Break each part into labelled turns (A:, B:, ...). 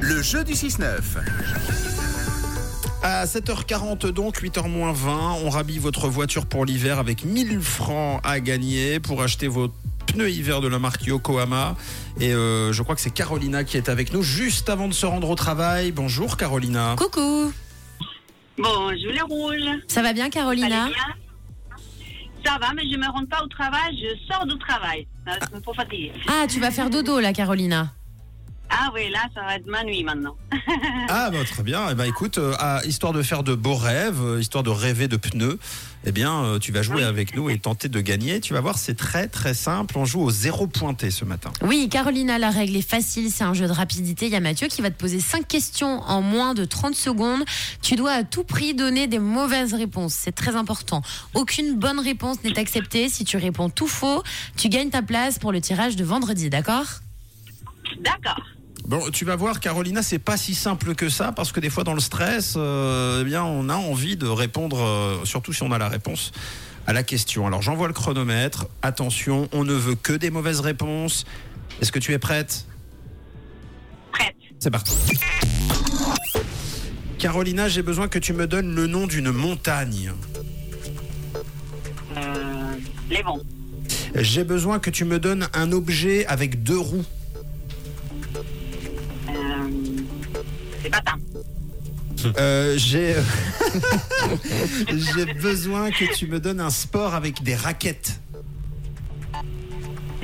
A: Le jeu du 6-9.
B: À 7h40 donc, 8h moins 20, on rhabille votre voiture pour l'hiver avec 1000 francs à gagner pour acheter vos pneus hiver de la marque Yokohama. Et euh, je crois que c'est Carolina qui est avec nous juste avant de se rendre au travail. Bonjour Carolina.
C: Coucou,
D: Bonjour les rouges.
C: ça va bien
D: Allez
C: Carolina
D: bien Ça va, mais je me rends pas au travail, je sors du travail. Ça va être Pour fatiguer.
C: Ah, tu vas faire dodo là Carolina.
D: Ah oui, là, ça va être ma nuit maintenant.
B: Ah bah, très bien, eh ben, écoute, euh, ah, histoire de faire de beaux rêves, euh, histoire de rêver de pneus, eh bien euh, tu vas jouer avec nous et tenter de gagner. Tu vas voir, c'est très très simple, on joue au zéro pointé ce matin.
C: Oui, Carolina, la règle est facile, c'est un jeu de rapidité. Il y a Mathieu qui va te poser 5 questions en moins de 30 secondes. Tu dois à tout prix donner des mauvaises réponses, c'est très important. Aucune bonne réponse n'est acceptée. Si tu réponds tout faux, tu gagnes ta place pour le tirage de vendredi, d'accord
D: D'accord.
B: Bon, tu vas voir, Carolina, c'est pas si simple que ça parce que des fois dans le stress, euh, eh bien, on a envie de répondre, euh, surtout si on a la réponse à la question. Alors j'envoie le chronomètre. Attention, on ne veut que des mauvaises réponses. Est-ce que tu es prête
D: Prête.
B: C'est parti. Carolina, j'ai besoin que tu me donnes le nom d'une montagne.
D: Euh, les bons.
B: J'ai besoin que tu me donnes un objet avec deux roues.
D: Euh, c'est pas tant.
B: Euh, j'ai j'ai besoin que tu me donnes un sport avec des raquettes.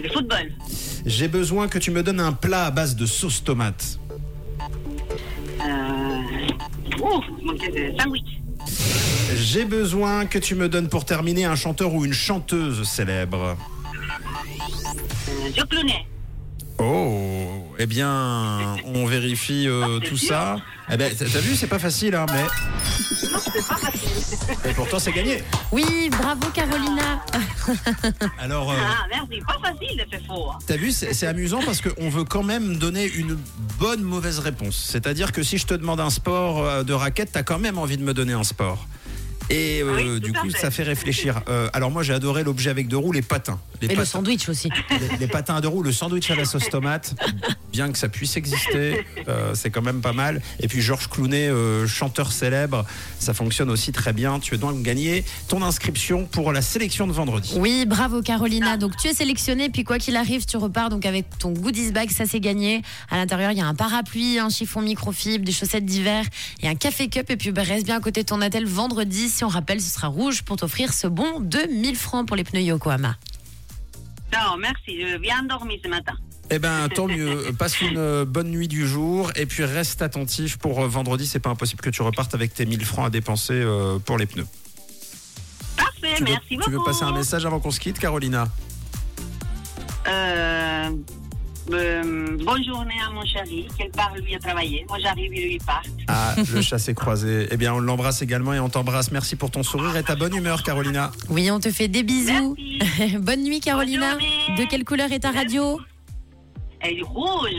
D: Le football.
B: J'ai besoin que tu me donnes un plat à base de sauce tomate.
D: Euh, ouf, manquait de sandwich.
B: J'ai besoin que tu me donnes pour terminer un chanteur ou une chanteuse célèbre.
D: Euh, Joe Clooney.
B: Oh, eh bien, on vérifie euh, tout ça. Eh ben, t'as t'as vu, c'est pas facile, hein, mais. Et pourtant, c'est gagné.
C: Oui, bravo Carolina.
B: Alors, euh,
D: Ah, merci. Pas facile de faire faux. hein.
B: t'as vu, c'est c'est amusant parce qu'on veut quand même donner une bonne mauvaise réponse. C'est-à-dire que si je te demande un sport euh, de raquette, t'as quand même envie de me donner un sport. Et euh,
D: Oui, tout
B: du
D: à
B: coup,
D: fait.
B: ça fait réfléchir. Euh, alors, moi, j'ai adoré l'objet avec deux roues, les patins. Les
C: Et le
B: patins.
C: sandwich aussi.
B: les, les patins à deux roues, le sandwich à la sauce tomate, bien que ça puisse exister, euh, c'est quand même pas mal. Et puis Georges Clooney, euh, chanteur célèbre, ça fonctionne aussi très bien. Tu es donc gagné ton inscription pour la sélection de vendredi.
C: Oui, bravo
D: Ah.
C: Carolina. Donc tu es sélectionnée, puis quoi qu'il arrive, tu repars donc avec ton goodies bag, ça c'est gagné. À l'intérieur, il y a un parapluie, un chiffon microfibre, des chaussettes d'hiver et un café cup. Et puis bah, reste bien à côté de ton attel vendredi. Si on rappelle, ce sera rouge pour t'offrir ce bon 2000 francs pour les pneus Yokohama.
D: Non, merci. Je viens dormir ce matin.
B: Eh ben, tant mieux. Passe une euh, bonne nuit du jour et puis reste attentif pour euh, vendredi. C'est pas impossible que tu repartes avec tes 1000 francs à dépenser euh, pour les pneus.
D: Parfait,
B: tu, veux,
D: merci
B: tu
D: beaucoup.
B: veux passer un message avant qu'on se quitte, Carolina
D: Euh, euh, bonne journée à mon chéri. Qu'elle part, lui, à travailler. Moi, j'arrive, lui, il part.
B: Ah, le chassé croisé. Eh bien, on l'embrasse également et on t'embrasse. Merci pour ton sourire et ta bonne humeur, Carolina.
C: Oui, on te fait des bisous.
D: Merci.
C: Bonne nuit Carolina.
D: Bonne journée.
C: De quelle couleur est ta radio
D: Elle est rouge.